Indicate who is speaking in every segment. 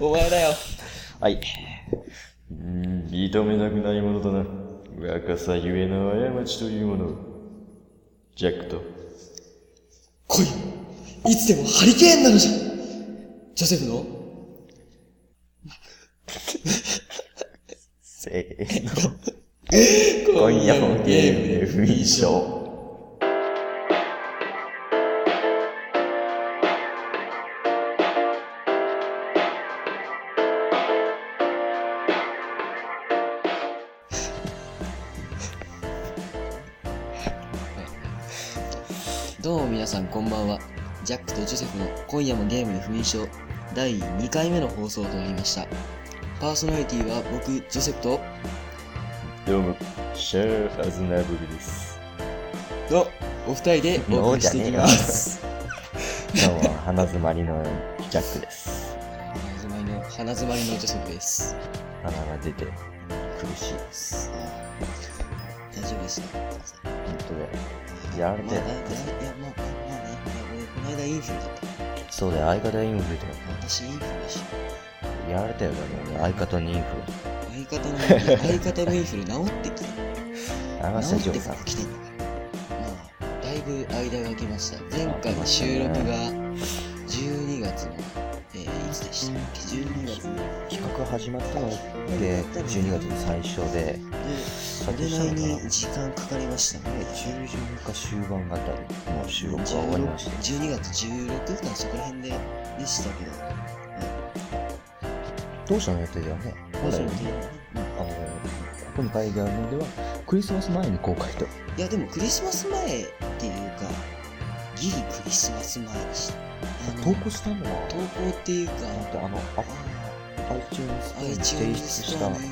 Speaker 1: お前だよ。
Speaker 2: はい。うーん、認めなくないものだな。若さゆえの過ちというものを。ジャックと、
Speaker 1: 来い。いつでもハリケーンなのじゃ。ジョセフの
Speaker 2: せーの。今夜もゲームで不眠症。
Speaker 1: どうも皆さんこんばんは。ジャックとジョセフの今夜もゲームで不眠症第2回目の放送となりました。パーソナリティは僕、ジョセフと、
Speaker 2: どうも、シャーアズナブルです。
Speaker 1: のお二人でお送りしていきます。
Speaker 2: どうも、花詰まりのジャックです。
Speaker 1: 鼻詰まりの、鼻詰まりのジョセフです。
Speaker 2: 鼻が出て苦しいです。
Speaker 1: 大丈夫ですか
Speaker 2: 本当だよ。やられ
Speaker 1: まあ、
Speaker 2: て
Speaker 1: だ
Speaker 2: る
Speaker 1: いだいいや、まあ、まあね、いや俺、この間インフルだっ
Speaker 2: そうだよ、相方インフルだよ。
Speaker 1: た。私、インフルだし、
Speaker 2: やられたよ、だから俺相方にインフ
Speaker 1: 相方の、相方のインフル治ってきた。
Speaker 2: ル。長
Speaker 1: 治
Speaker 2: 瀬
Speaker 1: っ
Speaker 2: 城
Speaker 1: て
Speaker 2: さ
Speaker 1: か
Speaker 2: ん
Speaker 1: ら。来てんだから。まあ、だいぶ間が空きました。前回の収録が12月の、えー、いつでしたっけ ?12 月の。
Speaker 2: 企画始まったので、12月の最初で、
Speaker 1: それなりに時間かかりましたね。
Speaker 2: 中旬か終盤あたりの収録が終わりまして、
Speaker 1: 16 12月16日そこら辺ででしたけど、
Speaker 2: 当初の予定ではね、本来は
Speaker 1: う
Speaker 2: ね
Speaker 1: ん
Speaker 2: あの、ここに会議があるのでは、クリスマス前に公開と。
Speaker 1: いやでもクリスマス前っていうかギリクリスマス前でしたあの
Speaker 2: 投稿したのは、
Speaker 1: 投稿っていうか
Speaker 2: なんとあの、
Speaker 1: あ
Speaker 2: あ iTunes
Speaker 1: あ
Speaker 2: に提出
Speaker 1: iTunes
Speaker 2: し
Speaker 1: ス
Speaker 2: た
Speaker 1: トアにあの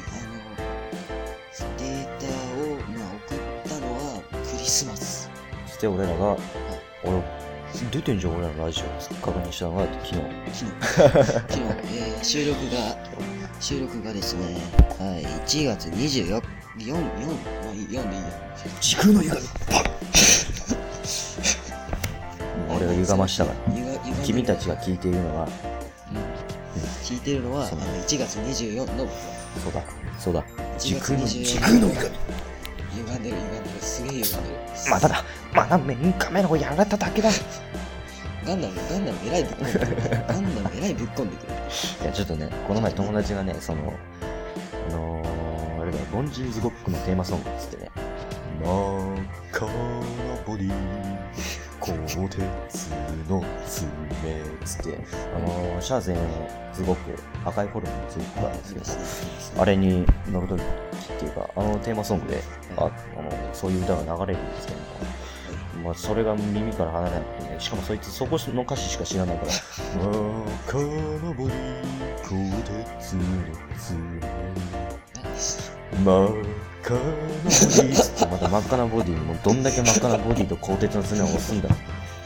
Speaker 1: データを、まあ、送ったのはクリスマス
Speaker 2: して俺らが、俺、出てんじゃん、俺らのラジオ。確認したのが、昨日。
Speaker 1: 昨日昨日、えー収録が収録がですね、はい、1月24 4 4まあいい4でいいよ
Speaker 2: 時空の歪み。俺が歪ましたから。
Speaker 1: ゆがゆが
Speaker 2: 君たちが聞いているのは、
Speaker 1: うん聞いてるのはあ
Speaker 2: そう
Speaker 1: の1月24の
Speaker 2: そうだ、そうだ、時
Speaker 1: 1月
Speaker 2: 空の、
Speaker 1: 24
Speaker 2: 時空の歪み。
Speaker 1: 歪んでる歪んでるすげえ歪んでる
Speaker 2: まただ、まだメインカメラをやられただけだ。い
Speaker 1: ガンダムガンダムえらいぶっこんでくるガンダムえらいぶっこんでくる
Speaker 2: や、ちょっとね、この前友達がね、その、あのー、あれだよ、ボンジーズゴックのテーマソングっつってね。真っ赤なボディ、鋼鉄の爪っつって、あのー、シャーゼンズゴック、赤いフォルムのツイッターなんですけど、あれに乗るときっていうか、あのテーマソングで、ああのそういう歌が流れるんですけども、まあ、それが耳から離れなくてね、しかもそいつ、そこの歌詞しか知らないから、赤のボディ、鋼鉄の
Speaker 1: 何でし
Speaker 2: 真っ赤なボディ。また真っ赤なボディに、もうどんだけ真っ赤なボディと鋼鉄の爪を押すんだ。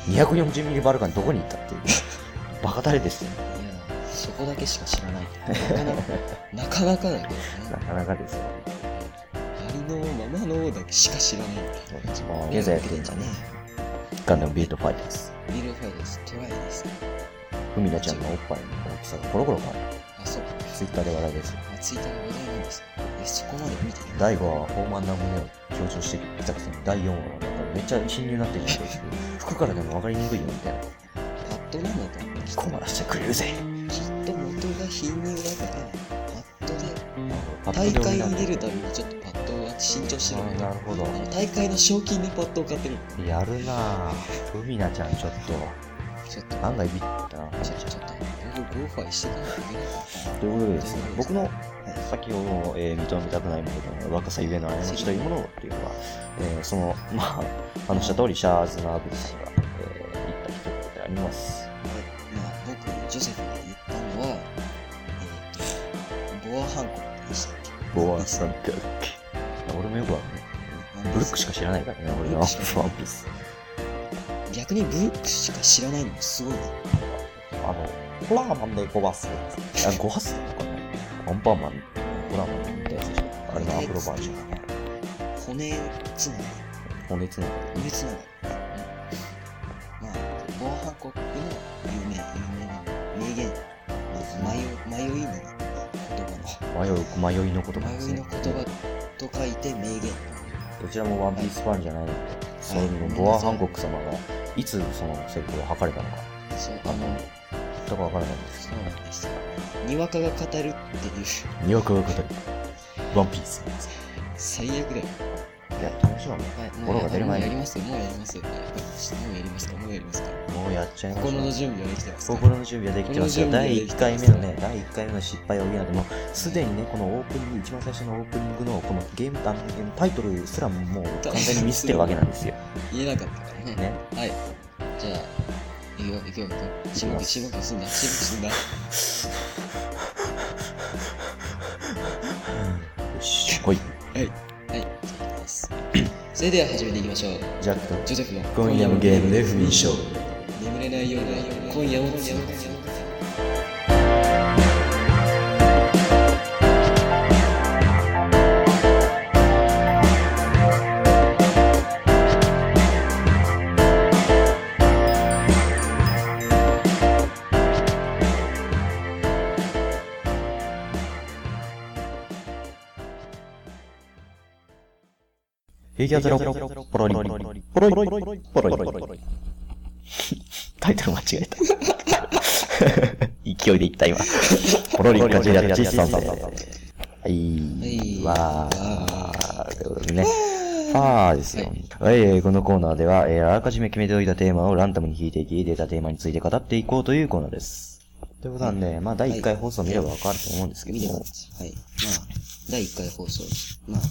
Speaker 2: 240ミリバルカンどこに行ったっていう。バカたれですよ。
Speaker 1: たいやそこだけしか知らないなかなかなかなかだけどね
Speaker 2: なかなかですよ。
Speaker 1: ありのままのだけしか知らない
Speaker 2: まあ現在やってるんじゃね。ガンダムビートファイターです。
Speaker 1: ビルファイですトライです
Speaker 2: ふみなちゃんのおっぱいの大きさがコロコロ変わる。
Speaker 1: あそうか
Speaker 2: ツイッターで話題です。
Speaker 1: あツイッターで話題なんですいやそこまで見てない
Speaker 2: 第5話は豊満な胸を強調してきたくせに、第4話はなんかめっちゃ貧乳になってるじゃんこいつ。服からでも分かりにくいよみたいな。
Speaker 1: パッとなんだと思うきっと
Speaker 2: 困らせてくれるぜ。
Speaker 1: きっと元が貧乳だからパッとで
Speaker 2: あのパ
Speaker 1: 大
Speaker 2: ッとで
Speaker 1: 会
Speaker 2: 補
Speaker 1: に
Speaker 2: って
Speaker 1: 出るためにちょっとパッドを新調してるの
Speaker 2: あ
Speaker 1: よ
Speaker 2: ーなるほど
Speaker 1: あの大会の賞金でパッドを買ってる
Speaker 2: やるなぁ。ふみなちゃんちょっ
Speaker 1: ちょっと
Speaker 2: と、案外ビッったな。
Speaker 1: ちょちょっと僕ゴーファイしてたんだけ
Speaker 2: ということでですね、僕の
Speaker 1: はい
Speaker 2: 先ほどの、えー認めたくないものとの若さゆえの過ちというものっていうのは、えーその、まあ、話した通り、シャーズナーブルさんが、えー言った一言であります。
Speaker 1: まあ僕ジョセフが言ったのはえっ、とボアハンコックでしたっけ
Speaker 2: んか俺もよくわかんない。ブルックしか知らないからね、俺
Speaker 1: ブル
Speaker 2: の
Speaker 1: ッ
Speaker 2: ワン
Speaker 1: クしか
Speaker 2: ピース。
Speaker 1: 逆にブルックしか知らないのもすごいな
Speaker 2: あの、ホラーマンで5バス。あ、5発なのかなアンパンマン、ホラーマンみたいなやつでしょ。あれのアフロバージョンだね。
Speaker 1: 骨つながり
Speaker 2: 骨つながり
Speaker 1: 骨つながりまあボンハンコックの有名、有名な名言、迷迷いの言葉
Speaker 2: 迷う、迷いの言
Speaker 1: の、
Speaker 2: 葉です
Speaker 1: 迷い
Speaker 2: ね
Speaker 1: の。言葉と書いて名言。
Speaker 2: どちらもワンピースファンじゃないので、それもボア・ハンコック様が、いつそのセリフを吐かれたのか、
Speaker 1: そう、
Speaker 2: あ
Speaker 1: あ
Speaker 2: の
Speaker 1: の、、
Speaker 2: 全くわからないんです
Speaker 1: そうなんですよ。にわかが語るっていう、
Speaker 2: けど、にわかが語る、ワンピース。
Speaker 1: 最悪だよ。
Speaker 2: いや、楽しいわね。
Speaker 1: はい、もう
Speaker 2: 心が出る前に
Speaker 1: やりますよ、もうやりますよ。やっぱりもうやりますか、もうやりますか。
Speaker 2: もうやっちゃいましょう。
Speaker 1: 心の準備はできてますか
Speaker 2: 心の準備はできてますよ。
Speaker 1: 心の
Speaker 2: 第
Speaker 1: 準
Speaker 2: 1
Speaker 1: 備はできてます
Speaker 2: 回目のね、第1回目の失敗を補ってもう、すでにね、このオープニング、一番最初のオープニングの、このゲーム、あの、タイトルすらももう完全にミスってるわけなんですよ。
Speaker 1: 言えなかったからね。
Speaker 2: ね。
Speaker 1: はい。じゃあ、行くよ、行くよ、行くよ。しぼく、しぼくすんだ、しぼくすんだ。
Speaker 2: よし、来い。
Speaker 1: はい、じゃあ行きます。それでは始めていきましょう。
Speaker 2: ジャックと、
Speaker 1: ジョセフの
Speaker 2: 今夜もゲームで不眠症。
Speaker 1: 眠れないような今夜も強く
Speaker 2: フィギュアゼロ、ポロリ、ポロリ、ポロリ、ポロリ、ポロリ。タイトル間違えた。勢いでいった、 今。ポロリ、カジラ、チッサンサンサン。はい。わー。ということでね。あーですよ。えー、このコーナーでは、えー、あらかじめ決めておいたテーマをランダムに引いていき、出たテーマについて語っていこうというコーナーです。ということなんで、まあ、第1回放送見ればわかると思うんですけ
Speaker 1: 見
Speaker 2: ど
Speaker 1: てま
Speaker 2: も、
Speaker 1: す。はい。まあ、第1回放送。まあ、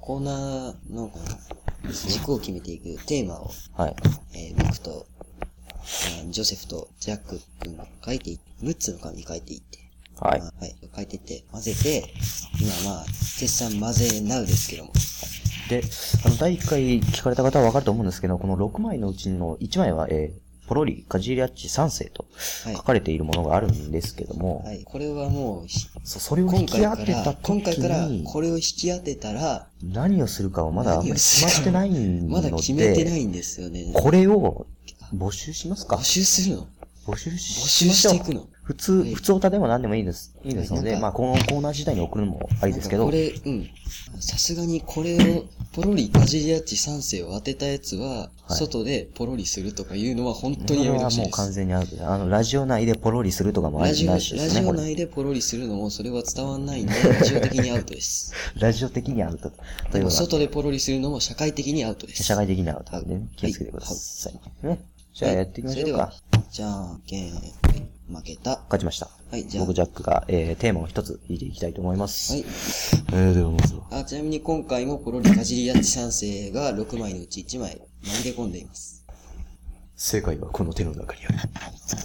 Speaker 1: コーナーのこの軸を決めていくテーマを、
Speaker 2: はい。
Speaker 1: えー僕と、えージョセフとジャック君が書いてい、6つの紙に書いていって、
Speaker 2: はい
Speaker 1: ま。あはい、書いてって、混ぜて、今まあ、絶賛混ぜなうですけども。
Speaker 2: で、あの、第1回聞かれた方はわかると思うんですけど、この6枚のうちの1枚は、えー、ポロリ、カジリアッチ3世と
Speaker 1: はい
Speaker 2: 書かれているものがあるんですけども、
Speaker 1: はい、これはもうひ、
Speaker 2: そそれを
Speaker 1: 今
Speaker 2: 引
Speaker 1: 回
Speaker 2: き当
Speaker 1: か
Speaker 2: てた
Speaker 1: ら、
Speaker 2: 時
Speaker 1: 今回から
Speaker 2: に、
Speaker 1: これを引き当てたら、
Speaker 2: 何をするかをまだあんまり
Speaker 1: 何を
Speaker 2: 決
Speaker 1: す
Speaker 2: ま
Speaker 1: るか
Speaker 2: ってないので、
Speaker 1: まだ決めてないんですよね。
Speaker 2: これを募集しますか
Speaker 1: 募集するの
Speaker 2: 募集
Speaker 1: 募
Speaker 2: し
Speaker 1: 集
Speaker 2: まし
Speaker 1: してい
Speaker 2: ょ
Speaker 1: く
Speaker 2: う。
Speaker 1: の
Speaker 2: 普通、
Speaker 1: い
Speaker 2: 普通歌でも何でもいいです。いいですの
Speaker 1: は
Speaker 2: で、
Speaker 1: いなんか
Speaker 2: まあ、このコーナー自体に送るのもありですけど、
Speaker 1: なんかこれ、うん。さすがにこれを、ポロリカジリアッチ3世を当てたやつは、
Speaker 2: はい
Speaker 1: 外でポロリするとかいうのは本当
Speaker 2: こ
Speaker 1: に
Speaker 2: れ
Speaker 1: やめてほ
Speaker 2: は
Speaker 1: しい
Speaker 2: もう
Speaker 1: で
Speaker 2: 完
Speaker 1: す。
Speaker 2: 全にアウトですあの、ラジオ内でポロリするとかもあ
Speaker 1: ラ
Speaker 2: り
Speaker 1: ジオ、
Speaker 2: な
Speaker 1: ラ
Speaker 2: しですね。
Speaker 1: ジオ
Speaker 2: これ
Speaker 1: 内でポロリするのもそれは伝わんないんで、ラジオ的にアウトです。
Speaker 2: ラジオ的にアウト。 とい
Speaker 1: で
Speaker 2: う
Speaker 1: も
Speaker 2: のが、
Speaker 1: 外でポロリするのも社会的にアウトです。
Speaker 2: 社
Speaker 1: はい
Speaker 2: 会的なアウトなんでね、気をつけてください。ね。じゃあやっていきましょ
Speaker 1: それ
Speaker 2: うか。。
Speaker 1: ではじゃんけん、はい負けた。
Speaker 2: 勝ちました。
Speaker 1: はい、じゃあ。
Speaker 2: 僕、ジャックが、えー、テーマを一つ引いていきたいと思います。
Speaker 1: はい。
Speaker 2: えー、ではまずは。
Speaker 1: あ、ちなみに今回もポロリカジリアッチ三世が6枚のうち1枚紛れ込んでいます。
Speaker 2: 世界はこの手の中にある。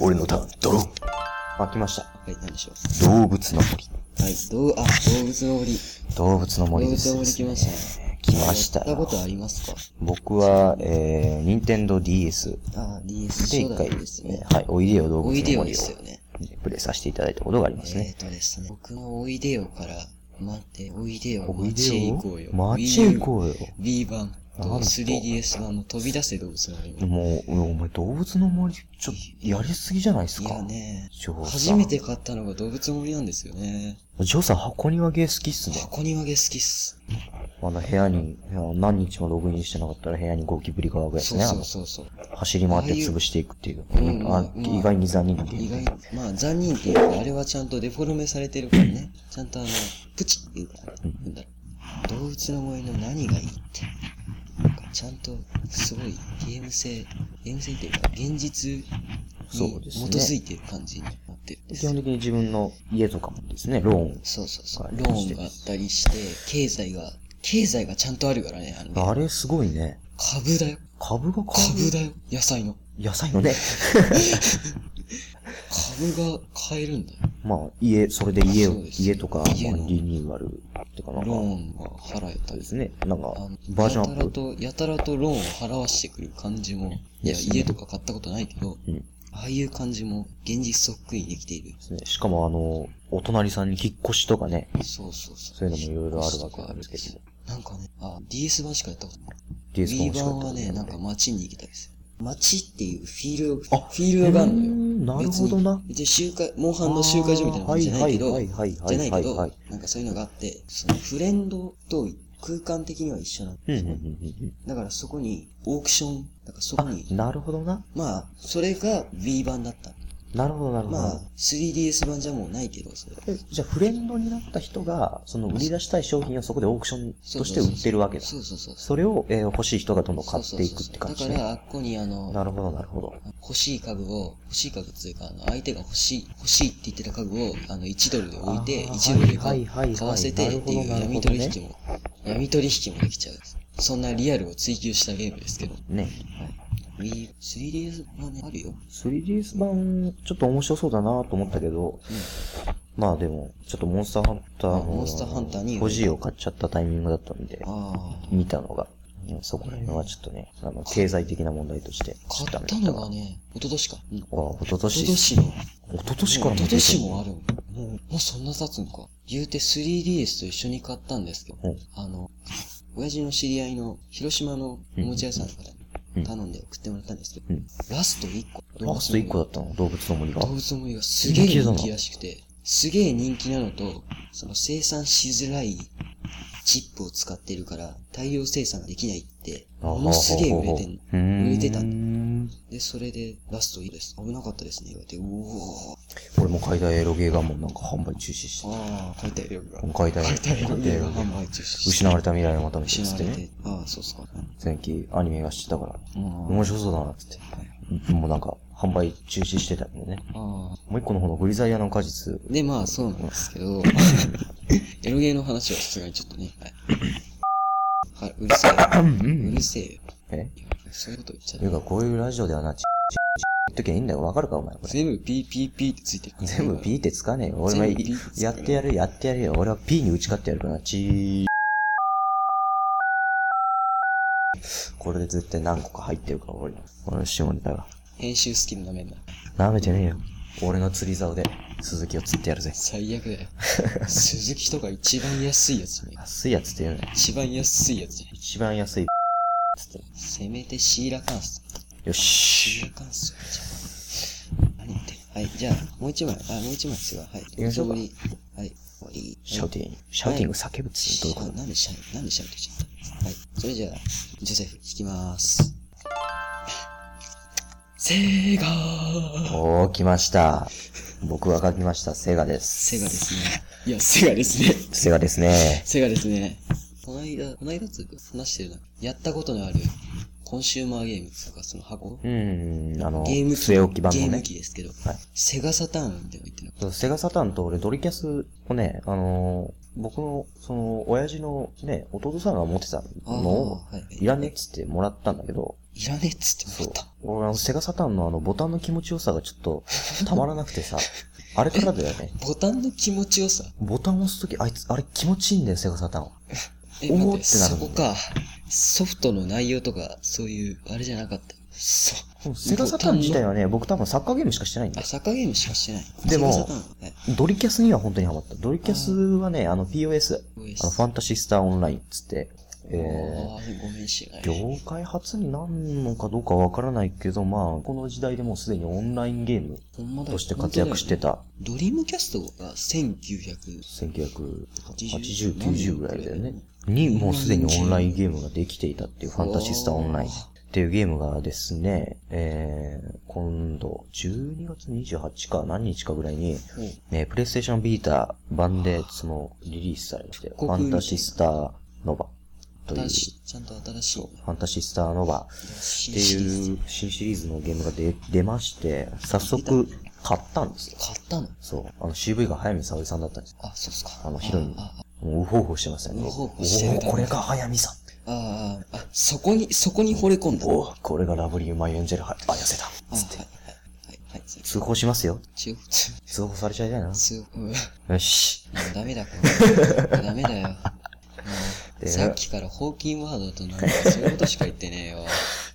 Speaker 2: 俺のターン、ドロー。あ、来ました。
Speaker 1: はい、なんでしょう。
Speaker 2: 動物の森。
Speaker 1: はい、どう、あ、動物の森。
Speaker 2: 動物の
Speaker 1: 動
Speaker 2: 森で
Speaker 1: 物
Speaker 2: す。
Speaker 1: の森来ましたね。
Speaker 2: 来ましたよ
Speaker 1: やったことありますか
Speaker 2: 僕は、えー、任天堂 DS
Speaker 1: あ、DS
Speaker 2: で
Speaker 1: 初
Speaker 2: 一回
Speaker 1: 代ですね。
Speaker 2: はい、おいでよ動物の
Speaker 1: おい
Speaker 2: 森
Speaker 1: でよ
Speaker 2: を、
Speaker 1: ですよね。
Speaker 2: プレイさせていただいたことがあります
Speaker 1: え
Speaker 2: ね。
Speaker 1: っとですね、僕のおいでよから、待って、おいでよ、
Speaker 2: おい
Speaker 1: 街
Speaker 2: で
Speaker 1: へ
Speaker 2: よ
Speaker 1: 行こうよ。
Speaker 2: 街へ行こうよ。
Speaker 1: う。B 版と
Speaker 2: なんと
Speaker 1: 3DS 版の飛び出せ動物の森。
Speaker 2: もう、うんお前動物の森、ちょっと、やりすぎじゃないです
Speaker 1: い
Speaker 2: か。
Speaker 1: やね、
Speaker 2: ジョーさん。
Speaker 1: 初めて。買ったのが動物の森なんですよね。
Speaker 2: ジョーさん、箱庭芸好きっすね。
Speaker 1: 箱庭毛好きっす。
Speaker 2: あの、部屋に、あの何日もログインしてなかったら部屋にゴキブリが湧くやつ
Speaker 1: そう
Speaker 2: ね。あ
Speaker 1: そう
Speaker 2: の
Speaker 1: そうそう。
Speaker 2: 走り回って潰していくっていう。
Speaker 1: うん
Speaker 2: あ
Speaker 1: うん
Speaker 2: 意外に残忍ってい
Speaker 1: 意
Speaker 2: う
Speaker 1: 外、まあ、残忍っていうか、あれはちゃんとデフォルメされてるからね。ちゃんとあの、プチっていうか、なんだろう動物の森の何がいいって。なんかちゃんと、すごい、ゲーム性、ゲーム性っていうか、現実に基
Speaker 2: そうですね
Speaker 1: づいてる感じになってるんで
Speaker 2: 基
Speaker 1: す。
Speaker 2: 本的に自分の家とかもですね、ローン。
Speaker 1: そうそうそう。
Speaker 2: はい
Speaker 1: ローンがあったりして、経済が、経済がちゃんとあるからね、あのね、
Speaker 2: あれすごいね。
Speaker 1: 株だよ。
Speaker 2: 株が株
Speaker 1: 株だよ。野菜の。
Speaker 2: 野菜のね。
Speaker 1: 株が買えるんだよ。
Speaker 2: まあ、家、それで家を
Speaker 1: そう、です
Speaker 2: 家とか、まあ
Speaker 1: 家の
Speaker 2: リニューアルっていうかな
Speaker 1: ロ
Speaker 2: ん
Speaker 1: ー
Speaker 2: か、
Speaker 1: ンが払えた
Speaker 2: そう
Speaker 1: り
Speaker 2: ですね。なんか
Speaker 1: あの、
Speaker 2: バージョンア
Speaker 1: や
Speaker 2: ッ
Speaker 1: たら
Speaker 2: プ。
Speaker 1: と、やたらとローンを払わしてくる感じも、いや、
Speaker 2: ですね
Speaker 1: 家とか買ったことないけど、
Speaker 2: うん
Speaker 1: ああいう感じも現実そっくりにできている
Speaker 2: で。すね。しかもあの、お隣さんに引っ越しとかね、
Speaker 1: そうそうそう。
Speaker 2: そういうのもいろいろあるわけなんですけども。
Speaker 1: なんかね、あ、DS 版しかやったことない。
Speaker 2: DS 版
Speaker 1: Wii
Speaker 2: 欲しかった
Speaker 1: 版はね、なんか街に行けたりする。街っていうフィールド、フ
Speaker 2: あ
Speaker 1: ィールドがあるのよ。
Speaker 2: なるほどな。
Speaker 1: 別に集会、モンハンの集会所みたいな感じじゃないけど、
Speaker 2: はいはいは
Speaker 1: じ
Speaker 2: い
Speaker 1: ゃな
Speaker 2: はいいは
Speaker 1: け
Speaker 2: い
Speaker 1: ど、
Speaker 2: はい。
Speaker 1: なんかそういうのがあって、そのフレンドと空間的には一緒なん
Speaker 2: うん
Speaker 1: です
Speaker 2: うん
Speaker 1: ね。
Speaker 2: うん
Speaker 1: だからそこにオークション、だからそこ
Speaker 2: うん。あ、
Speaker 1: に、
Speaker 2: なるほどな。
Speaker 1: まあ、それが Wii 版だった。
Speaker 2: なるほどなるほど。
Speaker 1: まあ、3DS 版じゃもうないけど、それ。
Speaker 2: えじゃあ、フレンドになった人が、その売り出したい商品をそこでオークションとして売ってるわけだ。
Speaker 1: そうそうそう。
Speaker 2: それを、えー欲しい人がどんどん
Speaker 1: そ
Speaker 2: 買
Speaker 1: う
Speaker 2: っ
Speaker 1: そう
Speaker 2: てい
Speaker 1: そう
Speaker 2: くっ
Speaker 1: そ
Speaker 2: て
Speaker 1: う
Speaker 2: 感じ
Speaker 1: だから、
Speaker 2: ね。
Speaker 1: あっこにあの、
Speaker 2: なるほど、なるほど。
Speaker 1: 欲しい家具を、欲しい家具っていうか、あの、相手が欲しい、欲しいって言ってた家具を、あの、1ドルで置いて、
Speaker 2: あー
Speaker 1: 1ドルで
Speaker 2: は
Speaker 1: 買
Speaker 2: いはいはいはい
Speaker 1: 買わせてっていう
Speaker 2: なる
Speaker 1: 闇
Speaker 2: ほど
Speaker 1: 取
Speaker 2: ね
Speaker 1: 引も、闇取引もできちゃう。そんなリアルを追求したゲームですけど。
Speaker 2: ね。
Speaker 1: Wii、3DS はね、あるよ。
Speaker 2: 3DS 版、ちょっと面白そうだなと思ったけど、まあでも、ちょっとモンスターハンター
Speaker 1: あ
Speaker 2: の、
Speaker 1: モンスターハンターに
Speaker 2: ポジを買っちゃったタイミングだったんで、
Speaker 1: ああ。
Speaker 2: 見たのが、うんそこら辺はちょっとね、あの、経済的な問題として、ちょ
Speaker 1: 買っ
Speaker 2: とダメ
Speaker 1: た
Speaker 2: だ
Speaker 1: の
Speaker 2: な
Speaker 1: がね、一昨年か。うん一
Speaker 2: あ、おととし
Speaker 1: 昨。年の、
Speaker 2: おととしから
Speaker 1: 一
Speaker 2: 出
Speaker 1: 昨
Speaker 2: てる
Speaker 1: 年もあるもう、もうそんな経つんか。言うて 3DS と一緒に買ったんですけど、
Speaker 2: うん
Speaker 1: あの、親父の知り合いの広島のおもちゃ屋さんの方
Speaker 2: う
Speaker 1: に
Speaker 2: ん
Speaker 1: 頼んで送ってもらったんですけど、
Speaker 2: うん
Speaker 1: ラスト1個。
Speaker 2: ラスト1個だったの動物の森が。
Speaker 1: 動物の森がすげえ人気らしくて、すげえ人気なのと、その生産しづらいチップを使ってるから、大量生産ができないって、ものすげえ売れてんの。
Speaker 2: の
Speaker 1: 売れてたんだ
Speaker 2: ん
Speaker 1: で、それで、ラストいいです。危なかったですね。言われて、うおー。
Speaker 2: 俺も買いたいエロゲーがもうなんか販売中止して
Speaker 1: ああ、解体力が
Speaker 2: た。。買いたい
Speaker 1: 解体力
Speaker 2: 買いたいエ
Speaker 1: が
Speaker 2: ロゲー
Speaker 1: 販売中止。
Speaker 2: 失われた未来のまためてっ
Speaker 1: 失
Speaker 2: つっ
Speaker 1: わ
Speaker 2: て
Speaker 1: れ
Speaker 2: ね
Speaker 1: て。。ああ、そうっすか。
Speaker 2: 前期アニメがしてたから、
Speaker 1: うん
Speaker 2: 面白そうだなっつって。もうなんか販売中止してたけどね。
Speaker 1: ああ。
Speaker 2: もう一個の方のグリザイアの果実。
Speaker 1: で、まあ、そうなんですけど、エロゲーの話はさすがにちょっとね、はい。はうるせえ。うるせえよ。
Speaker 2: え
Speaker 1: いやそういうこと言っちゃ
Speaker 2: という
Speaker 1: う。
Speaker 2: かこういうラジオではな、ち、ち、ち、言っときゃいいんだよ。わかるかお前こ れ。
Speaker 1: 全部 PPP ってついてる。
Speaker 2: 全部 P ってつかねえよ。俺も
Speaker 1: 全部 P
Speaker 2: い
Speaker 1: ってつか
Speaker 2: や
Speaker 1: ない
Speaker 2: ってやるやってやるよ。俺は P に打ち勝ってやるからな。ちー。これで絶対何個か入ってるから俺。俺の下ネタが。
Speaker 1: 編集 スキルなめんな。
Speaker 2: 舐めてねえよ。俺の釣り竿で鈴木を釣ってやるぜ。
Speaker 1: 最悪だよ。鈴木とか一番安いやつね。
Speaker 2: 安いやつって言うね。
Speaker 1: 一番安いやつね。
Speaker 2: 一番安い。つって。
Speaker 1: せめてシーラカンス。
Speaker 2: よし。
Speaker 1: シーラカンスじゃん何言ってんのはい、じゃあ、もう一枚、あ、もう一枚ですが、はい。
Speaker 2: きましょうか
Speaker 1: はい、終わり。
Speaker 2: シャウティング。シャウティング叫ぶっつってどういうこと
Speaker 1: あなんでしゃ、なんでしゃべってちゃったはい。それじゃあ、ジョセフ、弾きまーす。セーガー
Speaker 2: おー、来ました。僕が書きました。セガです。
Speaker 1: セガですね。いや、セガですね。
Speaker 2: セガですね。
Speaker 1: セガですね。この間、この間つうか、話してるな。やったことのある、コンシューマーゲームつうか、その箱
Speaker 2: うーん、あの、
Speaker 1: ゲーム機。
Speaker 2: 据え置き版
Speaker 1: ゲ
Speaker 2: の
Speaker 1: ーム
Speaker 2: ね。
Speaker 1: 機ですけど、
Speaker 2: はい
Speaker 1: セガサターンみたいなの言ってな
Speaker 2: そうセガサターンと俺ドリキャスをね、あのー僕の、その、親父のね、弟さんが持ってたのを
Speaker 1: あーはい、
Speaker 2: いらねえっつってもらったんだけど、
Speaker 1: いらねえっつって
Speaker 2: そ
Speaker 1: 思
Speaker 2: う
Speaker 1: った。。
Speaker 2: 俺あの、セガサターンのあの、ボタンの気持ちよさがちょ っと、たまらなくてさ、あれからだよね。
Speaker 1: ボタンの気持ちよさ。
Speaker 2: ボタンを押すとき、あいつ、あれ気持ちいいんだよ、セガサターンは。
Speaker 1: え、
Speaker 2: おー
Speaker 1: 待っ、
Speaker 2: っててなる
Speaker 1: そ
Speaker 2: もんね
Speaker 1: こか。ソフトの内容とか、そういう、あれじゃなかった。そ
Speaker 2: うんセガサターン自体はね、僕多分サッカーゲームしかしてないんだ
Speaker 1: あ、
Speaker 2: よ。
Speaker 1: サッカーゲームしかしてない。
Speaker 2: でも
Speaker 1: セガサターンはい
Speaker 2: ドリキャスには本当にハマった。ドリキャスはね、あの POS、あのファンタシスターオンラインっつって、えー、
Speaker 1: あーごめんしない。
Speaker 2: 業界初になんのかどうかわからないけど、まあ、この時代でもうすでにオンラインゲーム
Speaker 1: ほんまだよ
Speaker 2: として活躍して。た。
Speaker 1: ドリームキャストが1900、
Speaker 2: 1980、
Speaker 1: 80
Speaker 2: 90ぐらいだよね。に、もうすでにオンラインゲームができていたっていう、ファンタシスタオンラインっていうゲームがですね、えー、今度、12月28か何日かぐらいに、
Speaker 1: ほう
Speaker 2: えー、プレイステーションビータ版で、その、リリースされまして、フ
Speaker 1: 告
Speaker 2: ァ
Speaker 1: 知
Speaker 2: ンタシスタノバとい
Speaker 1: 新
Speaker 2: う、
Speaker 1: し
Speaker 2: そ
Speaker 1: い、ちゃんと新しい。
Speaker 2: うファンタシスタノバ
Speaker 1: 新
Speaker 2: って
Speaker 1: シリーズ
Speaker 2: いう新シリーズのゲームが出、出まして、早速買ったんですよ。
Speaker 1: 買ったの
Speaker 2: そう。あの CV が早見沙織さんだったんですよ。
Speaker 1: あ、そうっすか。
Speaker 2: あのヒロイン
Speaker 1: ああ
Speaker 2: もう、うほうほうしてましたね。
Speaker 1: うほうほうしてる
Speaker 2: おーこれが早見さん。
Speaker 1: ああ、あ、そこに、そこに惚れ込んだ。
Speaker 2: おーこれがラブリーマイエンジェル、は、あやせだ。
Speaker 1: あ
Speaker 2: つって、
Speaker 1: はいはいはいはい。
Speaker 2: 通報しますよ。
Speaker 1: 強く、
Speaker 2: 通報されちゃいたいな。
Speaker 1: 強く、うん
Speaker 2: よし。
Speaker 1: もうダメだ、これ。ダメだよ。もう
Speaker 2: で
Speaker 1: さっきからホーキンワードとなんかそういうことしか言ってねえよ。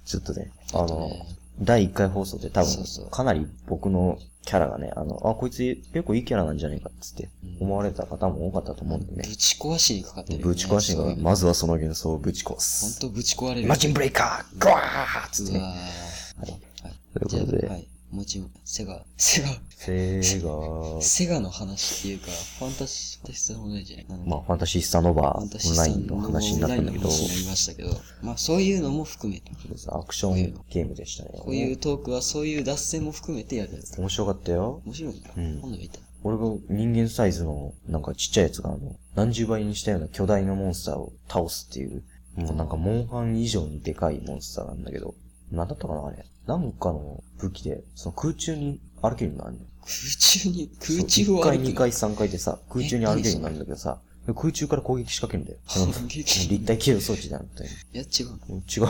Speaker 2: ちょっとね、
Speaker 1: ょ
Speaker 2: あ
Speaker 1: っと
Speaker 2: の
Speaker 1: ね、
Speaker 2: 第1回放送で多
Speaker 1: そうそう
Speaker 2: 分、かなり僕のキャラがね、あの、あ、こいつ結構いいキャラなんじゃねえかっつって思われた方も多かったと思うんで
Speaker 1: ぶ
Speaker 2: ね。
Speaker 1: ち壊しにかかってるよね。
Speaker 2: ぶち壊し
Speaker 1: そう
Speaker 2: が、
Speaker 1: いうの
Speaker 2: まずはその幻想をぶち壊
Speaker 1: ほん
Speaker 2: す。
Speaker 1: とぶち壊れ
Speaker 2: イ
Speaker 1: る。
Speaker 2: マジンブレイカーゴワーっつって
Speaker 1: う
Speaker 2: ね、
Speaker 1: わ
Speaker 2: はい。
Speaker 1: はい。
Speaker 2: ということで
Speaker 1: じゃあはい。もちろん、セガ、セガ、
Speaker 2: セガ、
Speaker 1: セガの話っていうか、ファンタシースタのないじゃないなんか
Speaker 2: まあ、ファンタシースタノバ
Speaker 1: ファ
Speaker 2: オ
Speaker 1: ンタシー
Speaker 2: ン
Speaker 1: ス
Speaker 2: ラ
Speaker 1: タ
Speaker 2: インの話になったんだけど、
Speaker 1: オンラインの話になりましたけど、まあそういうのも含めて、
Speaker 2: アクションゲームでしたね。
Speaker 1: こういうトークはそういう脱線も含めてやるやつ。
Speaker 2: 面白かったよ。
Speaker 1: 面白いな。
Speaker 2: うん
Speaker 1: 今度見たい。
Speaker 2: 俺が人間サイズの、なんかちっちゃいやつが、あの、何十倍にしたような巨大なモンスターを倒すっていう、もうなんかモンハン以上にでかいモンスターなんだけど、なんだったかなあれ。なんかの武器で、その空中に歩けるのあんねん
Speaker 1: 空中に、空中
Speaker 2: そう
Speaker 1: を歩
Speaker 2: 一回、二
Speaker 1: く。
Speaker 2: 回、三回でさ、空中に歩けるようになるんだけどさ、空中から攻撃仕掛けるんだよ。その
Speaker 1: 反撃
Speaker 2: 立体経路装置だなって。
Speaker 1: いや、違う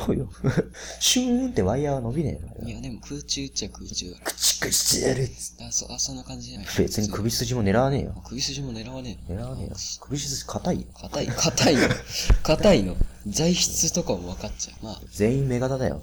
Speaker 1: な。
Speaker 2: 違うよ。 シューンってワイヤーは伸びねえのあれ
Speaker 1: い
Speaker 2: は。
Speaker 1: や、でも空中っちゃ空中だか
Speaker 2: クチクチやる
Speaker 1: ら。あ、そ、あ、そんな感じじゃない。
Speaker 2: 別に首筋も狙わねえ
Speaker 1: あ
Speaker 2: よ。
Speaker 1: 首筋も狙わねえ
Speaker 2: 狙
Speaker 1: の。
Speaker 2: わねえよ。首筋硬いよ。
Speaker 1: 硬い、硬いの。硬いの。材質とかも分かっちゃう。まあ、
Speaker 2: 全員目型だよ。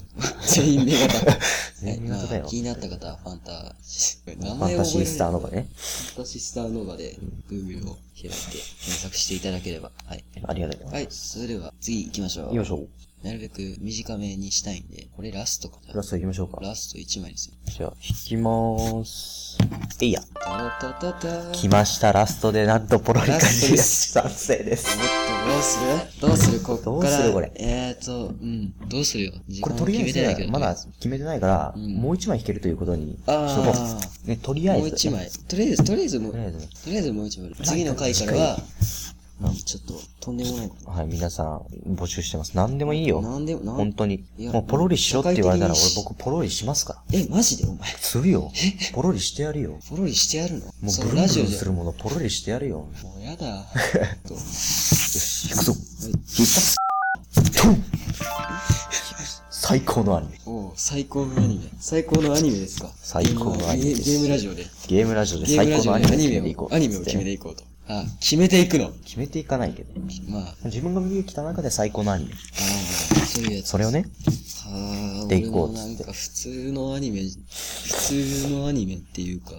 Speaker 1: 全員目型。
Speaker 2: 全員目型だよ
Speaker 1: はいまあ気になった方はファンタ、名
Speaker 2: ファ
Speaker 1: 前
Speaker 2: ン
Speaker 1: を
Speaker 2: タ
Speaker 1: 覚
Speaker 2: シ
Speaker 1: えられ
Speaker 2: ー
Speaker 1: る
Speaker 2: スターのがね。
Speaker 1: ファンタシスターノーバで Google を開いて検索していただければ。はい。
Speaker 2: ありがとうござ
Speaker 1: はいい、それでは次行きましょ
Speaker 2: ま
Speaker 1: う。
Speaker 2: す。よいしょ。
Speaker 1: なるべく短めにしたいんで、これラストか。
Speaker 2: ラスト行きましょうか。
Speaker 1: ラスト1枚ですよ。
Speaker 2: じゃあ、引きまーす。えいや。
Speaker 1: タラタタタ
Speaker 2: 来ました、ラストで、なんとポロリカ
Speaker 1: ラスト
Speaker 2: ジ
Speaker 1: で
Speaker 2: ですす。賛成です。
Speaker 1: もっとどうするどうするこっから。
Speaker 2: どうするこれ
Speaker 1: えーと、うん、どうするよ。時
Speaker 2: こ
Speaker 1: 間を
Speaker 2: れとりあ
Speaker 1: 決
Speaker 2: え
Speaker 1: めてないけ
Speaker 2: ず、
Speaker 1: ど。
Speaker 2: まだ決めてないから、
Speaker 1: ん
Speaker 2: もう一枚引けるということにしと
Speaker 1: あ
Speaker 2: こう。ね、とりあ
Speaker 1: あ、
Speaker 2: えず。
Speaker 1: もう一。枚。とりあえず、とりあえずもう、
Speaker 2: と
Speaker 1: と
Speaker 2: りあえず。
Speaker 1: りあえずもう一枚。次の回からは、うんちょっと、とんでもないこ
Speaker 2: はい、皆さん、募集してます。何でもいい
Speaker 1: と。
Speaker 2: よ。
Speaker 1: なんでも、なん
Speaker 2: 本当に。
Speaker 1: いや
Speaker 2: もうポロリしろって言われたら、
Speaker 1: 社会
Speaker 2: 俺
Speaker 1: 的に
Speaker 2: 僕ポロリしますから。
Speaker 1: え、マジでお前、
Speaker 2: するよ。ポロリしてやるよ。
Speaker 1: ポロリしてやるの
Speaker 2: も
Speaker 1: そうの
Speaker 2: ブル
Speaker 1: ラ
Speaker 2: ンブ
Speaker 1: ジ
Speaker 2: ル
Speaker 1: オ
Speaker 2: ン
Speaker 1: じゃ
Speaker 2: す。るものポロリしてやるよ。
Speaker 1: もうやだ。と
Speaker 2: よし、行くぞ。
Speaker 1: はい
Speaker 2: トン最高のアニメ。
Speaker 1: おう最高のアニメ。最高のアニメですか
Speaker 2: 最高のアニメです
Speaker 1: ゲームゲームラジオで。
Speaker 2: ゲームラジオで
Speaker 1: ゲーム
Speaker 2: 最
Speaker 1: ラ
Speaker 2: 高
Speaker 1: ジオ
Speaker 2: のア
Speaker 1: で
Speaker 2: ニメ
Speaker 1: ア
Speaker 2: を
Speaker 1: ニ
Speaker 2: 決めて
Speaker 1: メ
Speaker 2: いこ
Speaker 1: を、
Speaker 2: う。
Speaker 1: アニメを決めていこうと。あ、決めていくの。
Speaker 2: 決めていかないけど。
Speaker 1: まあ、あ
Speaker 2: 自分が見てきた中で最高のアニメ。
Speaker 1: ーそういうやつ。
Speaker 2: それをね、
Speaker 1: はあ、
Speaker 2: で
Speaker 1: 俺
Speaker 2: い
Speaker 1: も
Speaker 2: こうっつっ
Speaker 1: な
Speaker 2: て
Speaker 1: んか普通のアニメ、普通のアニメっていうか、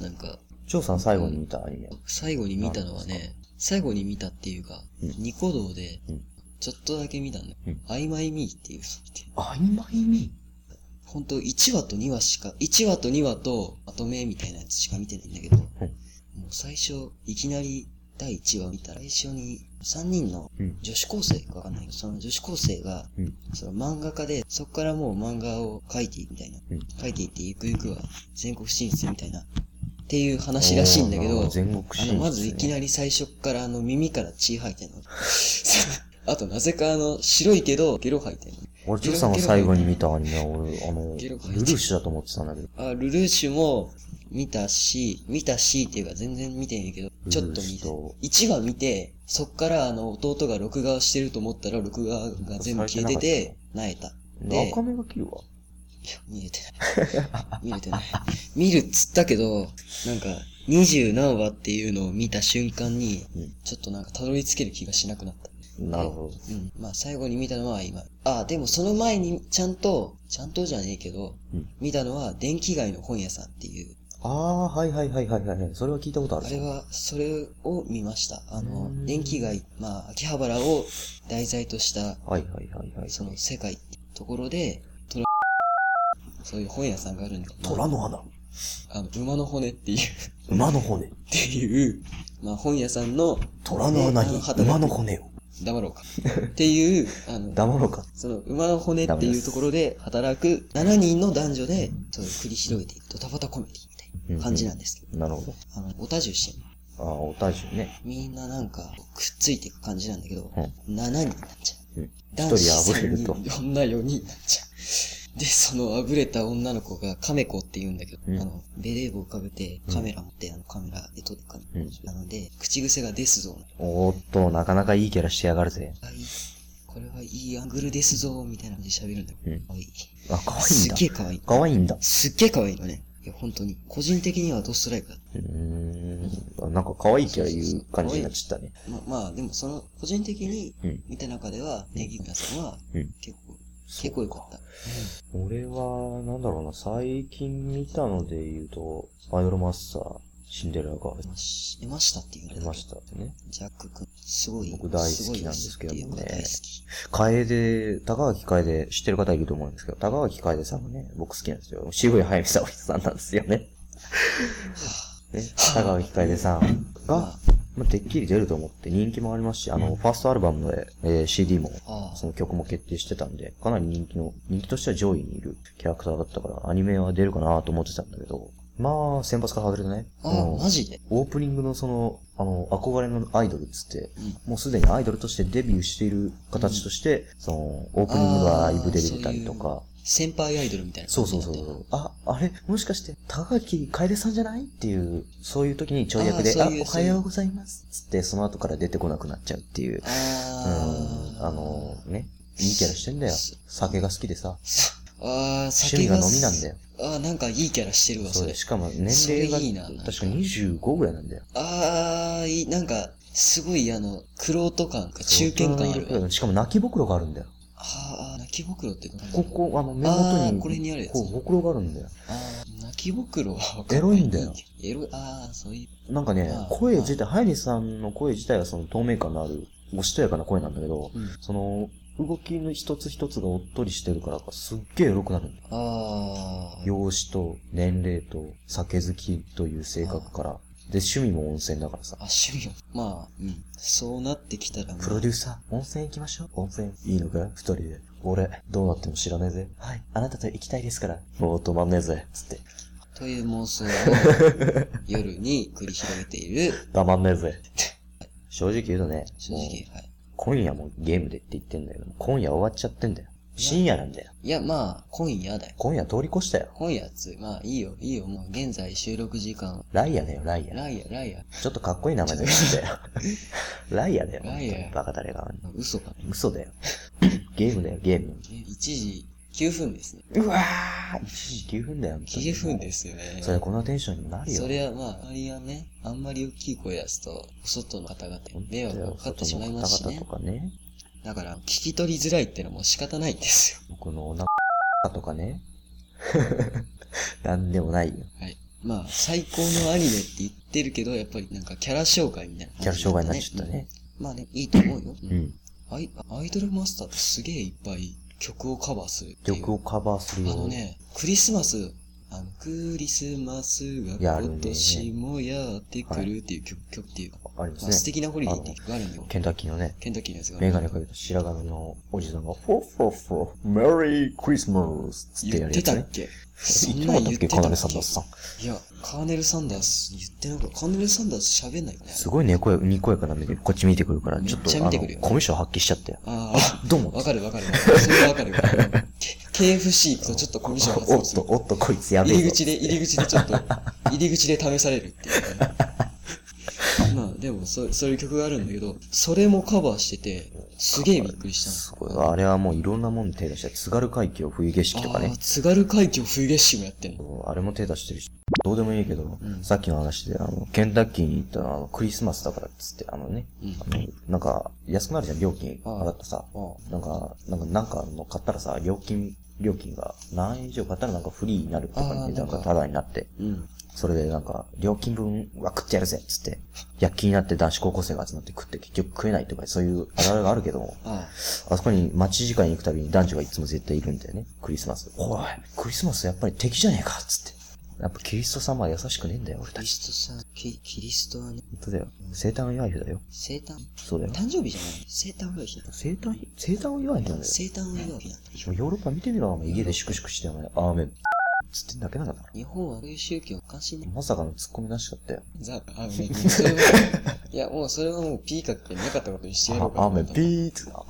Speaker 1: なんか、
Speaker 2: ジョーさん最後に見たアニメ。
Speaker 1: 最後に見たのはね、最後に見たっていうか、ニコ動で
Speaker 2: うん、
Speaker 1: ちょっとだけ見たんだよ
Speaker 2: うん。
Speaker 1: アイマイミーっていう、
Speaker 2: 曖昧に
Speaker 1: ほんと1話と2話しか、1話と2話とまとめみたいなやつしか見てないんだけど、
Speaker 2: うん
Speaker 1: もう最初、いきなり第1話見たら、最初に3人の
Speaker 2: うん。
Speaker 1: 女子高生かわかんないけど、その女子高生が、
Speaker 2: うん。
Speaker 1: その漫画家で、そこからもう漫画を描いていくみたいな。
Speaker 2: うん
Speaker 1: 描いていって、ゆくゆくは全国進出みたいな。っていう話らしいんだけ
Speaker 2: おーなるほ
Speaker 1: ど、
Speaker 2: 全国
Speaker 1: あ
Speaker 2: 進出ね
Speaker 1: の、まずいきなり最初っからあの耳から血吐いてんの。 あと、なぜかあの、白いけど、ゲロ吐いてんの。
Speaker 2: 俺、ジョーさんが最後に見たアニメは、俺、あの、
Speaker 1: ゲロ
Speaker 2: ルル
Speaker 1: が入っちゃう
Speaker 2: ーシュだと思ってたんだけど。
Speaker 1: あ、ルルーシュも見たし、見たしっていうか全然見てんやけど、ちょっと見て
Speaker 2: ルルー。
Speaker 1: 1話見て、そっからあの弟が録画をしてると思ったら録画が全部消えてて、泣いた。で、
Speaker 2: 赤目が切るわ。
Speaker 1: 見れてない。見れてない。見るっつったけど、なんか、二十何話っていうのを見た瞬間に、
Speaker 2: うん
Speaker 1: ちょっとなんかたどり着ける気がしなくなった。
Speaker 2: なるほど。
Speaker 1: うん。まあ最後に見たのは今。あ、でもその前にちゃんと、ちゃんとじゃねえけど、
Speaker 2: うん
Speaker 1: 見たのは電気街の本屋さんっていう。
Speaker 2: ああー、はいはいはいはいはいはい。それは聞いたことある。
Speaker 1: あれは、それを見ました。あ
Speaker 2: う
Speaker 1: の、
Speaker 2: ん
Speaker 1: 電気街、まあ秋葉原を題材とした、
Speaker 2: はいはいはいはい。
Speaker 1: その世界ってところで、トラ、そういう本屋さんがあるんだ。
Speaker 2: 虎の花、
Speaker 1: あの、馬の骨っていう。
Speaker 2: 馬の骨、
Speaker 1: っていう、まあ本屋さんの、
Speaker 2: 虎の穴に
Speaker 1: ねあ
Speaker 2: 馬
Speaker 1: の
Speaker 2: の骨を。
Speaker 1: 黙 ろうか。っていう、あの、
Speaker 2: 黙ろうか。
Speaker 1: その馬の骨っていうところで働く7人の男女で、そう繰り広げていくドタバタコメディみたいな感じなんですけど、
Speaker 2: なるほど。
Speaker 1: あの、おたじゅうしてんの
Speaker 2: ああ、お大衆ね。
Speaker 1: みんななんか、くっついていく感じなんだけど、
Speaker 2: うん
Speaker 1: 7人になっちゃう。
Speaker 2: うん
Speaker 1: 男
Speaker 2: 一
Speaker 1: 子
Speaker 2: 人あぶれ
Speaker 1: 3
Speaker 2: ると。
Speaker 1: 人、女4人になっちゃう。で、そのあぶれた女の子がカメ子って言うんだけど、
Speaker 2: うん
Speaker 1: あの、ベレー帽をかぶって、カメラ持って、あの、カメラで撮ってくる、
Speaker 2: うん
Speaker 1: なので、口癖がですぞ。
Speaker 2: おーっと、なかなかいいキャラしてやがるぜ。
Speaker 1: はい。これはいいアングルですぞ、みたいな感じで喋るんだよ。
Speaker 2: うん
Speaker 1: かわいい。
Speaker 2: あ、かわいいん
Speaker 1: す
Speaker 2: だ
Speaker 1: っ。げえかわいい。
Speaker 2: かわいいんだ。
Speaker 1: すっげえかわいいのね。いや、本当に。個人的にはドストライクだ。
Speaker 2: うーん。なんかかわいいキャラ言う感じになっちゃったね。
Speaker 1: ままあ、でもその、個人的に
Speaker 2: うん
Speaker 1: 見た中では、ネギグヤさんは
Speaker 2: うん、
Speaker 1: 結構、結構良かった。
Speaker 2: 俺は、なんだろうな、最近見たので言うと、バイオロマッサー、シンデレラガール
Speaker 1: いまし、いましたって言われ
Speaker 2: 出
Speaker 1: た
Speaker 2: ま
Speaker 1: けど。
Speaker 2: したってね。
Speaker 1: ジャックくん、すごい、
Speaker 2: 僕大
Speaker 1: す
Speaker 2: 好
Speaker 1: ご
Speaker 2: き
Speaker 1: い
Speaker 2: なん
Speaker 1: で
Speaker 2: ですす
Speaker 1: って
Speaker 2: け
Speaker 1: いう
Speaker 2: ど
Speaker 1: の
Speaker 2: も
Speaker 1: が
Speaker 2: ね
Speaker 1: 大好き。
Speaker 2: 楓、高垣楓、知ってる方いると思うんですけど、高垣楓さんもね、僕好きなんですよ。渋い早見沙織さんなんですよね。 ね、高垣楓さんが、まあ、てっきり出ると思って人気もありますし、あの、ファーストアルバムで、えー CD も、
Speaker 1: ああ
Speaker 2: その曲も決定してたんで、かなり人気の、人気としては上位にいるキャラクターだったから、アニメは出るかなと思ってたんだけど、まあ、先発から外れてね。
Speaker 1: あ
Speaker 2: う
Speaker 1: あ、
Speaker 2: ん
Speaker 1: マジで
Speaker 2: オープニングのその、あの、憧れのアイドルっつって、
Speaker 1: う
Speaker 2: もうすでにアイドルとしてデビューしている形として、その、オープニングのライブで出てたりとか、
Speaker 1: 先輩アイドルみたいな
Speaker 2: そう
Speaker 1: 感じ
Speaker 2: そう
Speaker 1: にな
Speaker 2: そ
Speaker 1: っ
Speaker 2: う
Speaker 1: てる。
Speaker 2: そう。あ、あれもしかして、高木楓さんじゃないっていう、そういう時に跳躍で、
Speaker 1: あーそ
Speaker 2: あ
Speaker 1: ういう
Speaker 2: おはようございます。つって、その後から出てこなくなっちゃうっていう。
Speaker 1: あ
Speaker 2: うん。
Speaker 1: あ。
Speaker 2: あの、ね。いいキャラしてんだよ。酒が好きでさ。
Speaker 1: ああ、
Speaker 2: 趣味
Speaker 1: 酒
Speaker 2: が
Speaker 1: が
Speaker 2: 飲みなんだよ。
Speaker 1: ああ、なんかいいキャラしてるわ、
Speaker 2: そ
Speaker 1: そうれ。
Speaker 2: しかも年齢が
Speaker 1: それいいな、
Speaker 2: 確か25ぐらいなんだよ。
Speaker 1: ああ、いい、なんか、すごい、あの、くろと感か、中堅感あるわ。
Speaker 2: うんしかも泣きぼくろがあるんだよ。
Speaker 1: ああ、泣きぼくろってこと
Speaker 2: ここ、あの、目元
Speaker 1: あー
Speaker 2: に、
Speaker 1: これにあるやつ
Speaker 2: こう、ほくろがあるんだよ。
Speaker 1: ああ、泣きぼくろはわか
Speaker 2: エロいんだよ。
Speaker 1: エロい、ああ、そういう。
Speaker 2: なんかね
Speaker 1: あ、ー
Speaker 2: 声自体、ハイニさんの声自体はその透明感のある、おしとやかな声なんだけど、
Speaker 1: うん
Speaker 2: その、動きの一つ一つがおっとりしてるからか、すっげえエロくなるんだよ。
Speaker 1: ああ、
Speaker 2: 容姿と、年齢と、酒好きという性格から、で、趣味も温泉だからさ
Speaker 1: あ、。趣味を。まあ、うん。そうなってきたらもう、
Speaker 2: プロデューサー、温泉行きましょう。温泉、いいのか二人で。俺、どうなっても知らねえぜ。はい、あなたと行きたいですから。もう止まんねえぜ。つって。
Speaker 1: という妄想を 夜に繰り広げている、
Speaker 2: たまんねえぜ。 正直言うとね、
Speaker 1: 正
Speaker 2: もう
Speaker 1: 直、はい。
Speaker 2: 今夜もゲームでって言ってんだけど、今夜終わっちゃってんだよ。深夜なんだよ。
Speaker 1: いや、まあ、今夜だよ。
Speaker 2: 今夜通り越したよ。
Speaker 1: 今夜っつう、まあ、いいよ、いいよ、もう、現在収録時間、
Speaker 2: ライアだよ、ライア。
Speaker 1: ライア、ライア、
Speaker 2: ちょっとかっこいい名前だよ、だ よ。ライアだよ、
Speaker 1: ライア
Speaker 2: 本当にバカ誰が。
Speaker 1: 嘘か。
Speaker 2: 嘘だよ。ゲームだよ、ゲーム。
Speaker 1: え1時9分ですね。
Speaker 2: うわー !1 時9分だよ、本当に
Speaker 1: 9分ですよね。
Speaker 2: それこんなテンションにもなるよ。
Speaker 1: それはまあ、あまりはね、あんまり大きい声出すと、お外の方々に迷惑がかかってしまいますし
Speaker 2: 外の
Speaker 1: ね
Speaker 2: 方。々とかね、
Speaker 1: だから、聞き取りづらいってのも仕方ないんです
Speaker 2: 僕のお腹とかね。 なんでもないよ。
Speaker 1: よ。はい。まあ、最高のアニメって言ってるけど、やっぱりなんかキャラ紹介みたいな、
Speaker 2: キャラ障害になっちゃったね。。
Speaker 1: まあね、いいと思うよ。
Speaker 2: うん。
Speaker 1: アイアイドルマスターってすげえいっぱい曲をカバーするっていう。
Speaker 2: 曲をカバーするよ。
Speaker 1: あのね、クリスマス、あの、クリスマスが
Speaker 2: やる
Speaker 1: 今
Speaker 2: んだよね
Speaker 1: 年もやってくるっていう曲、曲っていうか、
Speaker 2: ありま
Speaker 1: まあ、素
Speaker 2: すね。
Speaker 1: 敵なホリデーっていう曲があるんだよ。
Speaker 2: ケンタッキーのね、
Speaker 1: ケンタッキーのやつが。
Speaker 2: メガネかけた白髪のおじさんが、フォッフォッフォッ、メリークリスマスつって
Speaker 1: 言
Speaker 2: や
Speaker 1: っ
Speaker 2: る
Speaker 1: て
Speaker 2: やつ
Speaker 1: たっ
Speaker 2: ね。
Speaker 1: け
Speaker 2: そ
Speaker 1: そん
Speaker 2: ん
Speaker 1: な
Speaker 2: な
Speaker 1: 言
Speaker 2: ん言
Speaker 1: っ
Speaker 2: ってて
Speaker 1: たっけ
Speaker 2: カナレサンダースさん。
Speaker 1: いや、カーネル・サンダース言ってなかった。カーネル・サンダース喋んないよね。
Speaker 2: すごいね、声、にこやかな目でこっち見てくるから、ちょっ
Speaker 1: めっち
Speaker 2: と、
Speaker 1: ゃ見
Speaker 2: あの、
Speaker 1: てくるよ
Speaker 2: コミュ障発揮しちゃったよ。
Speaker 1: ああ、
Speaker 2: どうも。
Speaker 1: わかるわかるわかる。それはわかるよ。K- KFC 行くとちょっとコミュ障発
Speaker 2: お
Speaker 1: 生
Speaker 2: っ
Speaker 1: す
Speaker 2: と、
Speaker 1: る。
Speaker 2: おっと、こいつやべえ
Speaker 1: 入
Speaker 2: ぞ。
Speaker 1: り口で、入り口でちょっと、入り口で試されるっていうね。まあ、でも、そう、そういう曲があるんだけど、それもカバーしてて、すげえびっくりしたの。
Speaker 2: すごいわ。あれはもういろんなもん手出して、津軽海峡冬景色とか
Speaker 1: あ
Speaker 2: ね
Speaker 1: あ、。津軽海峡冬景色もやってんの。
Speaker 2: あれも手出してるし。どうでもいいけど、
Speaker 1: ん
Speaker 2: さっきの話で、あの、ケンタッキーに行ったら、あの、クリスマスだからっつって、あのね、
Speaker 1: うん
Speaker 2: あのなんか、安くなるじゃん、料金
Speaker 1: ああ
Speaker 2: 上がったさ。
Speaker 1: あ
Speaker 2: なんか、なんか、なんかの買ったらさ、料金、料金が何円以上買ったらなんかフリーになると
Speaker 1: ああ
Speaker 2: かね、
Speaker 1: な
Speaker 2: なんん
Speaker 1: か
Speaker 2: かタダになって。
Speaker 1: うん。
Speaker 2: それでなんか、料金分は食ってやるぜっつって、躍起になって男子高校生が集まって食って結局食えないとか、そういうあるあるがあるけども、
Speaker 1: あ
Speaker 2: あそこに待ち時間に行くたびに男女がいつも絶対いるんだよね。クリスマス。おい、クリスマスやっぱり敵じゃねえかっつって。やっぱキリスト様は優しくねえんだよ、
Speaker 1: あ、
Speaker 2: 俺
Speaker 1: キ
Speaker 2: た
Speaker 1: リ
Speaker 2: ち。
Speaker 1: ストさん、キキリストはね、
Speaker 2: 本当だよ。生誕祝い日だよ。
Speaker 1: 生誕
Speaker 2: そうだよ。
Speaker 1: 誕生日じゃない生誕祝い日なの
Speaker 2: 生誕日、生誕祝い日なんだよ。
Speaker 1: 生誕祝い日なんだ
Speaker 2: もうヨーロッパ見てみろ、お前家で粛々して、お前、アーメン。つってんだけなんだから。
Speaker 1: 日本はこういう宗教関心ない。
Speaker 2: まさかのツッコミなしだったよ。
Speaker 1: ザ・アーメン。それは、いや、もうそれはもう P かけてなかったことにしてやろうか
Speaker 2: あ
Speaker 1: な。
Speaker 2: アーメン、ピーツな。
Speaker 1: ア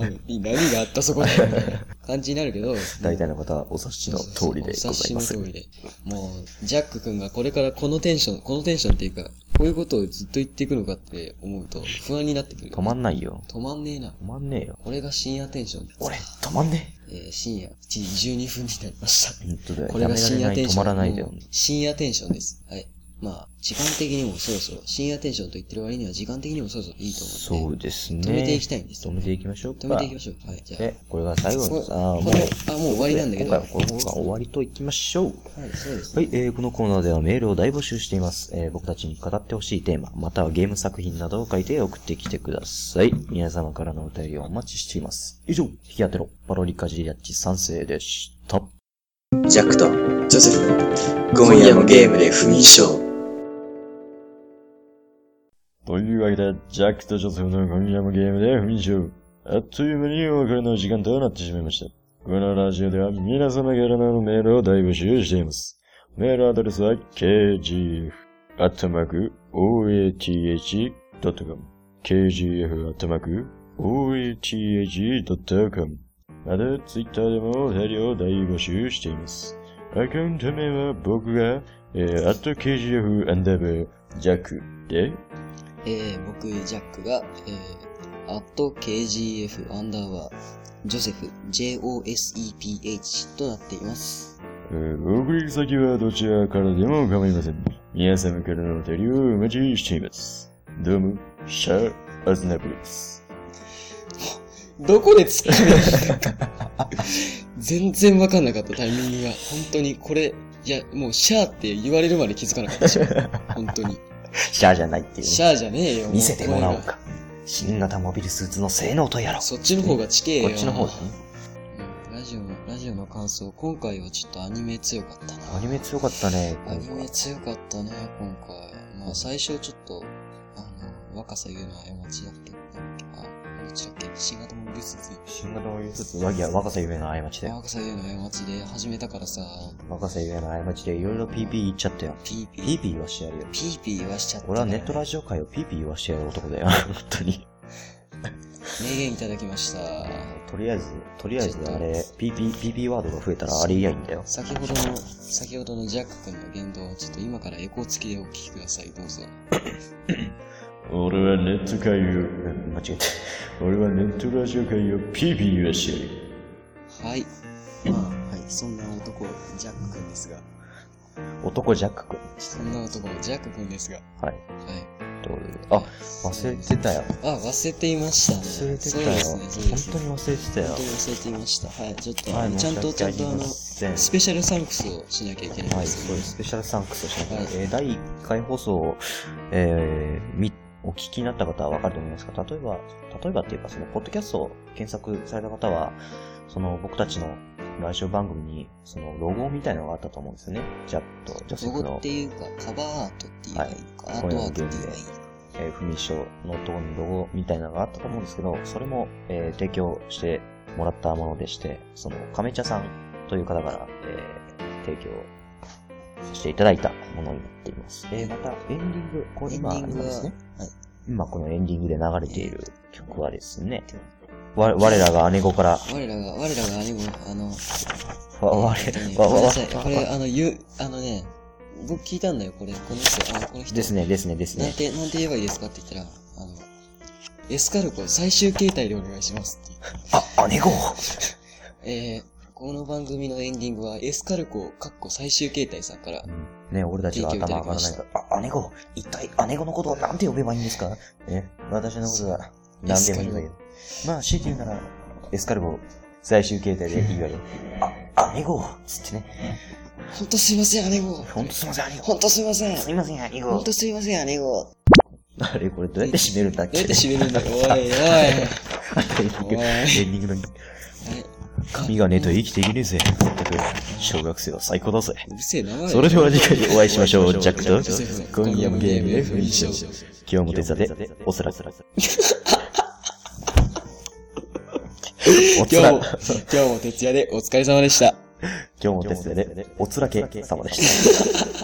Speaker 1: ーメン P。何があったそこでみたいな感じになるけど。
Speaker 2: 大体の方はお察しの通りでございま
Speaker 1: そうそうそうお察しの
Speaker 2: す
Speaker 1: 通。りで。もう、ジャック君がこれからこのテンション、このテンションっていうか、こういうことをずっと言っていくのかって思うと不安になってくる。
Speaker 2: 止まんないよ。
Speaker 1: 止まんねえな。
Speaker 2: 止まんねえよ。
Speaker 1: これが深夜テンション。
Speaker 2: 俺、止まんね
Speaker 1: えー深夜1時12分になりました
Speaker 2: え。。本当だよ。
Speaker 1: これが深夜テンション。
Speaker 2: やめられない止まらないでよ。
Speaker 1: 深夜テンションです。はい。まあ、時間的にもそろそろ、深夜テンションと言ってる割には時間的にもそろそろいいと思
Speaker 2: そううん
Speaker 1: で。
Speaker 2: ですね。
Speaker 1: 止めていきたいんです
Speaker 2: 止めていきましょうか。
Speaker 1: 止めていきましょう。はい、じゃあ。
Speaker 2: で、これが最後のさ、もう
Speaker 1: こ、れ、あ、もう終わりなんだけど。
Speaker 2: 今回
Speaker 1: は
Speaker 2: はこの方が終わりといきましょう。
Speaker 1: い、そうです
Speaker 2: は
Speaker 1: ね。
Speaker 2: い、えーこのコーナーではメールを大募集しています。えー僕たちに語ってほしいテーマ、またはゲーム作品などを書いて送ってきてください。皆様からのお便りをお待ちしています。以上、引き当てろ、パロリカジリアッチ賛成でした。
Speaker 3: ジャックとジョセフの今夜もゲームで不眠症。
Speaker 2: というわけで、ジャックとジョセフの今夜もゲームで不眠症。あっという間にお別れの時間となってしまいました。このラジオでは皆様からのメールを大募集しています。メールアドレスは kgf.oath.com kgf.oath.com また、ツイッターでも大量大募集しています。アカウント名は僕が、えー、あと kgf アンダーバージャックで、
Speaker 1: えー、僕、ジャックが、えー、アット KGF アンダーバー、ジョセフ、JOSEPH となっています。
Speaker 2: えー送り先はどちらからでも構いません。皆様からのお便りをお待ちしています。どうも、シャア・アズナブルです。
Speaker 1: どこで突っ込んだ全然わかんなかったタイミングが。本当に、これ、いや、もう、シャーって言われるまで気づかなかったし。本当に。
Speaker 2: シャアじゃないっていう、ね。
Speaker 1: シャーじゃねえよ。
Speaker 2: 見せてもらおう
Speaker 1: こ
Speaker 2: か。新型モビルスーツの性能とやら
Speaker 1: れは。そっちの方が近えよ。
Speaker 2: こっちの方だね。
Speaker 1: うんラジオの、ラジオの感想、今回はちょっとアニメ強かったな。
Speaker 2: アニメ強かったね。
Speaker 1: アニメ強かったね、今回。まあ、最初ちょっと、あの、若さ言うのは過ちだっけなんだっけあ、どっちだっけ新型モビルスー
Speaker 2: 新型モビルスーツ、和や若さゆえの過ち
Speaker 1: ツ。
Speaker 2: だよ。
Speaker 1: 若さ言うのは過ちで始めたからさ、
Speaker 2: 若さゆえの過ちでいろいろ PP 言っちゃったよ。
Speaker 1: ピーピー、
Speaker 2: PP 言わしてやるよ。
Speaker 1: ピーピー言わしちゃった、
Speaker 2: 俺はネットラジオ界を PP 言わしてやる男だよ。本当に。
Speaker 1: 名言いただきました。
Speaker 2: とりあえず、とりあえずあれ、PP、PP ワードが増えたらあれ以外んだよ。
Speaker 1: 先ほどの、先ほどのジャック君の言動をちょっと今からエコー付きでお聞きください、どうぞ。
Speaker 2: 俺はネット界を、間違えた。俺はネットラジオ界を PP 言わしてやる。
Speaker 1: はい。まあ、はい、そんな男、ジャック君ですが、
Speaker 2: 男ジャック君。
Speaker 1: そんな男、ジャック君ですが、
Speaker 2: は
Speaker 1: は
Speaker 2: い。
Speaker 1: い。
Speaker 2: ということであ、忘れてたよ。
Speaker 1: あ、忘れていましたね。
Speaker 2: 忘れて
Speaker 1: そ
Speaker 2: た
Speaker 1: う
Speaker 2: よ。
Speaker 1: ですね、そうですね
Speaker 2: 本当に忘れてたよ
Speaker 1: 本当。に忘れていました。はい、ちょっと、
Speaker 2: はい、
Speaker 1: ちゃんと、
Speaker 2: 申
Speaker 1: ち
Speaker 2: し
Speaker 1: ゃんとあ
Speaker 2: 訳ありま
Speaker 1: の、
Speaker 2: せん
Speaker 1: スペシャルサンクスをしなきゃいけないん
Speaker 2: は
Speaker 1: で
Speaker 2: い、
Speaker 1: す
Speaker 2: そう
Speaker 1: ね
Speaker 2: です。スペシャルサンクスをしなきゃいけ
Speaker 1: は
Speaker 2: ないえー第1回放送を、えーみ、お聞きになった方はわかると思いますが、例えば、例えばっていうか、その、ポッドキャストを検索された方は、その、僕たちのラジオ番組に、その、ロゴみたいなのがあったと思うんですよね。ジャッと、ジャス
Speaker 1: ロ
Speaker 2: ク
Speaker 1: ゴ
Speaker 2: の
Speaker 1: っ、ていうか、カバーアートって言えばいいのか、
Speaker 2: はい
Speaker 1: アートワークって言えばいいのか。
Speaker 2: えー、不眠症のところにロゴみたいなのがあったと思うんですけど、それも、えー提供してもらったものでして、その、亀茶さんという方から、えー提供していただいたものになっています。えーまた、エンディング、これ
Speaker 1: エンデ
Speaker 2: 今、
Speaker 1: ィン
Speaker 2: 今
Speaker 1: グは、
Speaker 2: ですね、
Speaker 1: はい。
Speaker 2: 今このエンディングで流れている曲はですね、我我らが姉子から、
Speaker 1: 我らが、我らが姉も、あの、
Speaker 2: わ我、
Speaker 1: えっとね
Speaker 2: わ、
Speaker 1: ごめん
Speaker 2: わ
Speaker 1: な、さい。これ、あの、言う、あのね、僕聞いたんだよ、これ、この人、あ、この人。
Speaker 2: ですね、ですね、です
Speaker 1: なん
Speaker 2: ね。
Speaker 1: て、なんて言えばいいですかって言ったら、あの、エスカルコ最終形態でお願いしますって。
Speaker 2: あ、姉子
Speaker 1: えー、この番組のエンディングは、エスカルコ、かっこ最終形態さんから、
Speaker 2: ね、俺たちは頭上がらないから、あ、姉子、一体姉子のことをなんて呼べばいいんですかえ、私のことは、なんでもいいんだけど。まあ、強いて言うなら、エスカルゴ、最終形態で いいわよ。あ、姉子つってね。
Speaker 1: ほんとすいません、姉子。
Speaker 2: ほんとすいません、姉子。
Speaker 1: ほんとすいません。
Speaker 2: すいません、姉
Speaker 1: ほん
Speaker 2: 子
Speaker 1: と。すいません、姉子。
Speaker 2: あれ、これどうやって締めるんだっ
Speaker 1: どう
Speaker 2: け
Speaker 1: やって締めるんだよ、おい、おい。
Speaker 2: エン ディング、
Speaker 1: おい
Speaker 2: エンディングの、神がねえと生きていけねえぜ。まったく、小学生は最高だぜ。
Speaker 1: うるせえ名前。
Speaker 2: それでは次回お会いしましょう、ジャックと。
Speaker 1: 今
Speaker 2: 今
Speaker 1: 夜
Speaker 2: 夜
Speaker 1: も
Speaker 2: も
Speaker 1: ゲー
Speaker 2: ゲー
Speaker 1: ム
Speaker 2: ム
Speaker 1: で
Speaker 2: で
Speaker 1: 不
Speaker 2: 不
Speaker 1: 倫
Speaker 2: 倫
Speaker 1: し
Speaker 2: し
Speaker 1: よ
Speaker 2: よ
Speaker 1: う
Speaker 2: う。今日も手座で、おそ らく。おつ
Speaker 1: 今日
Speaker 2: ら
Speaker 1: も、今日も徹夜でお疲れ様でした。
Speaker 2: 今日も手伝いで、おつらけ様でした。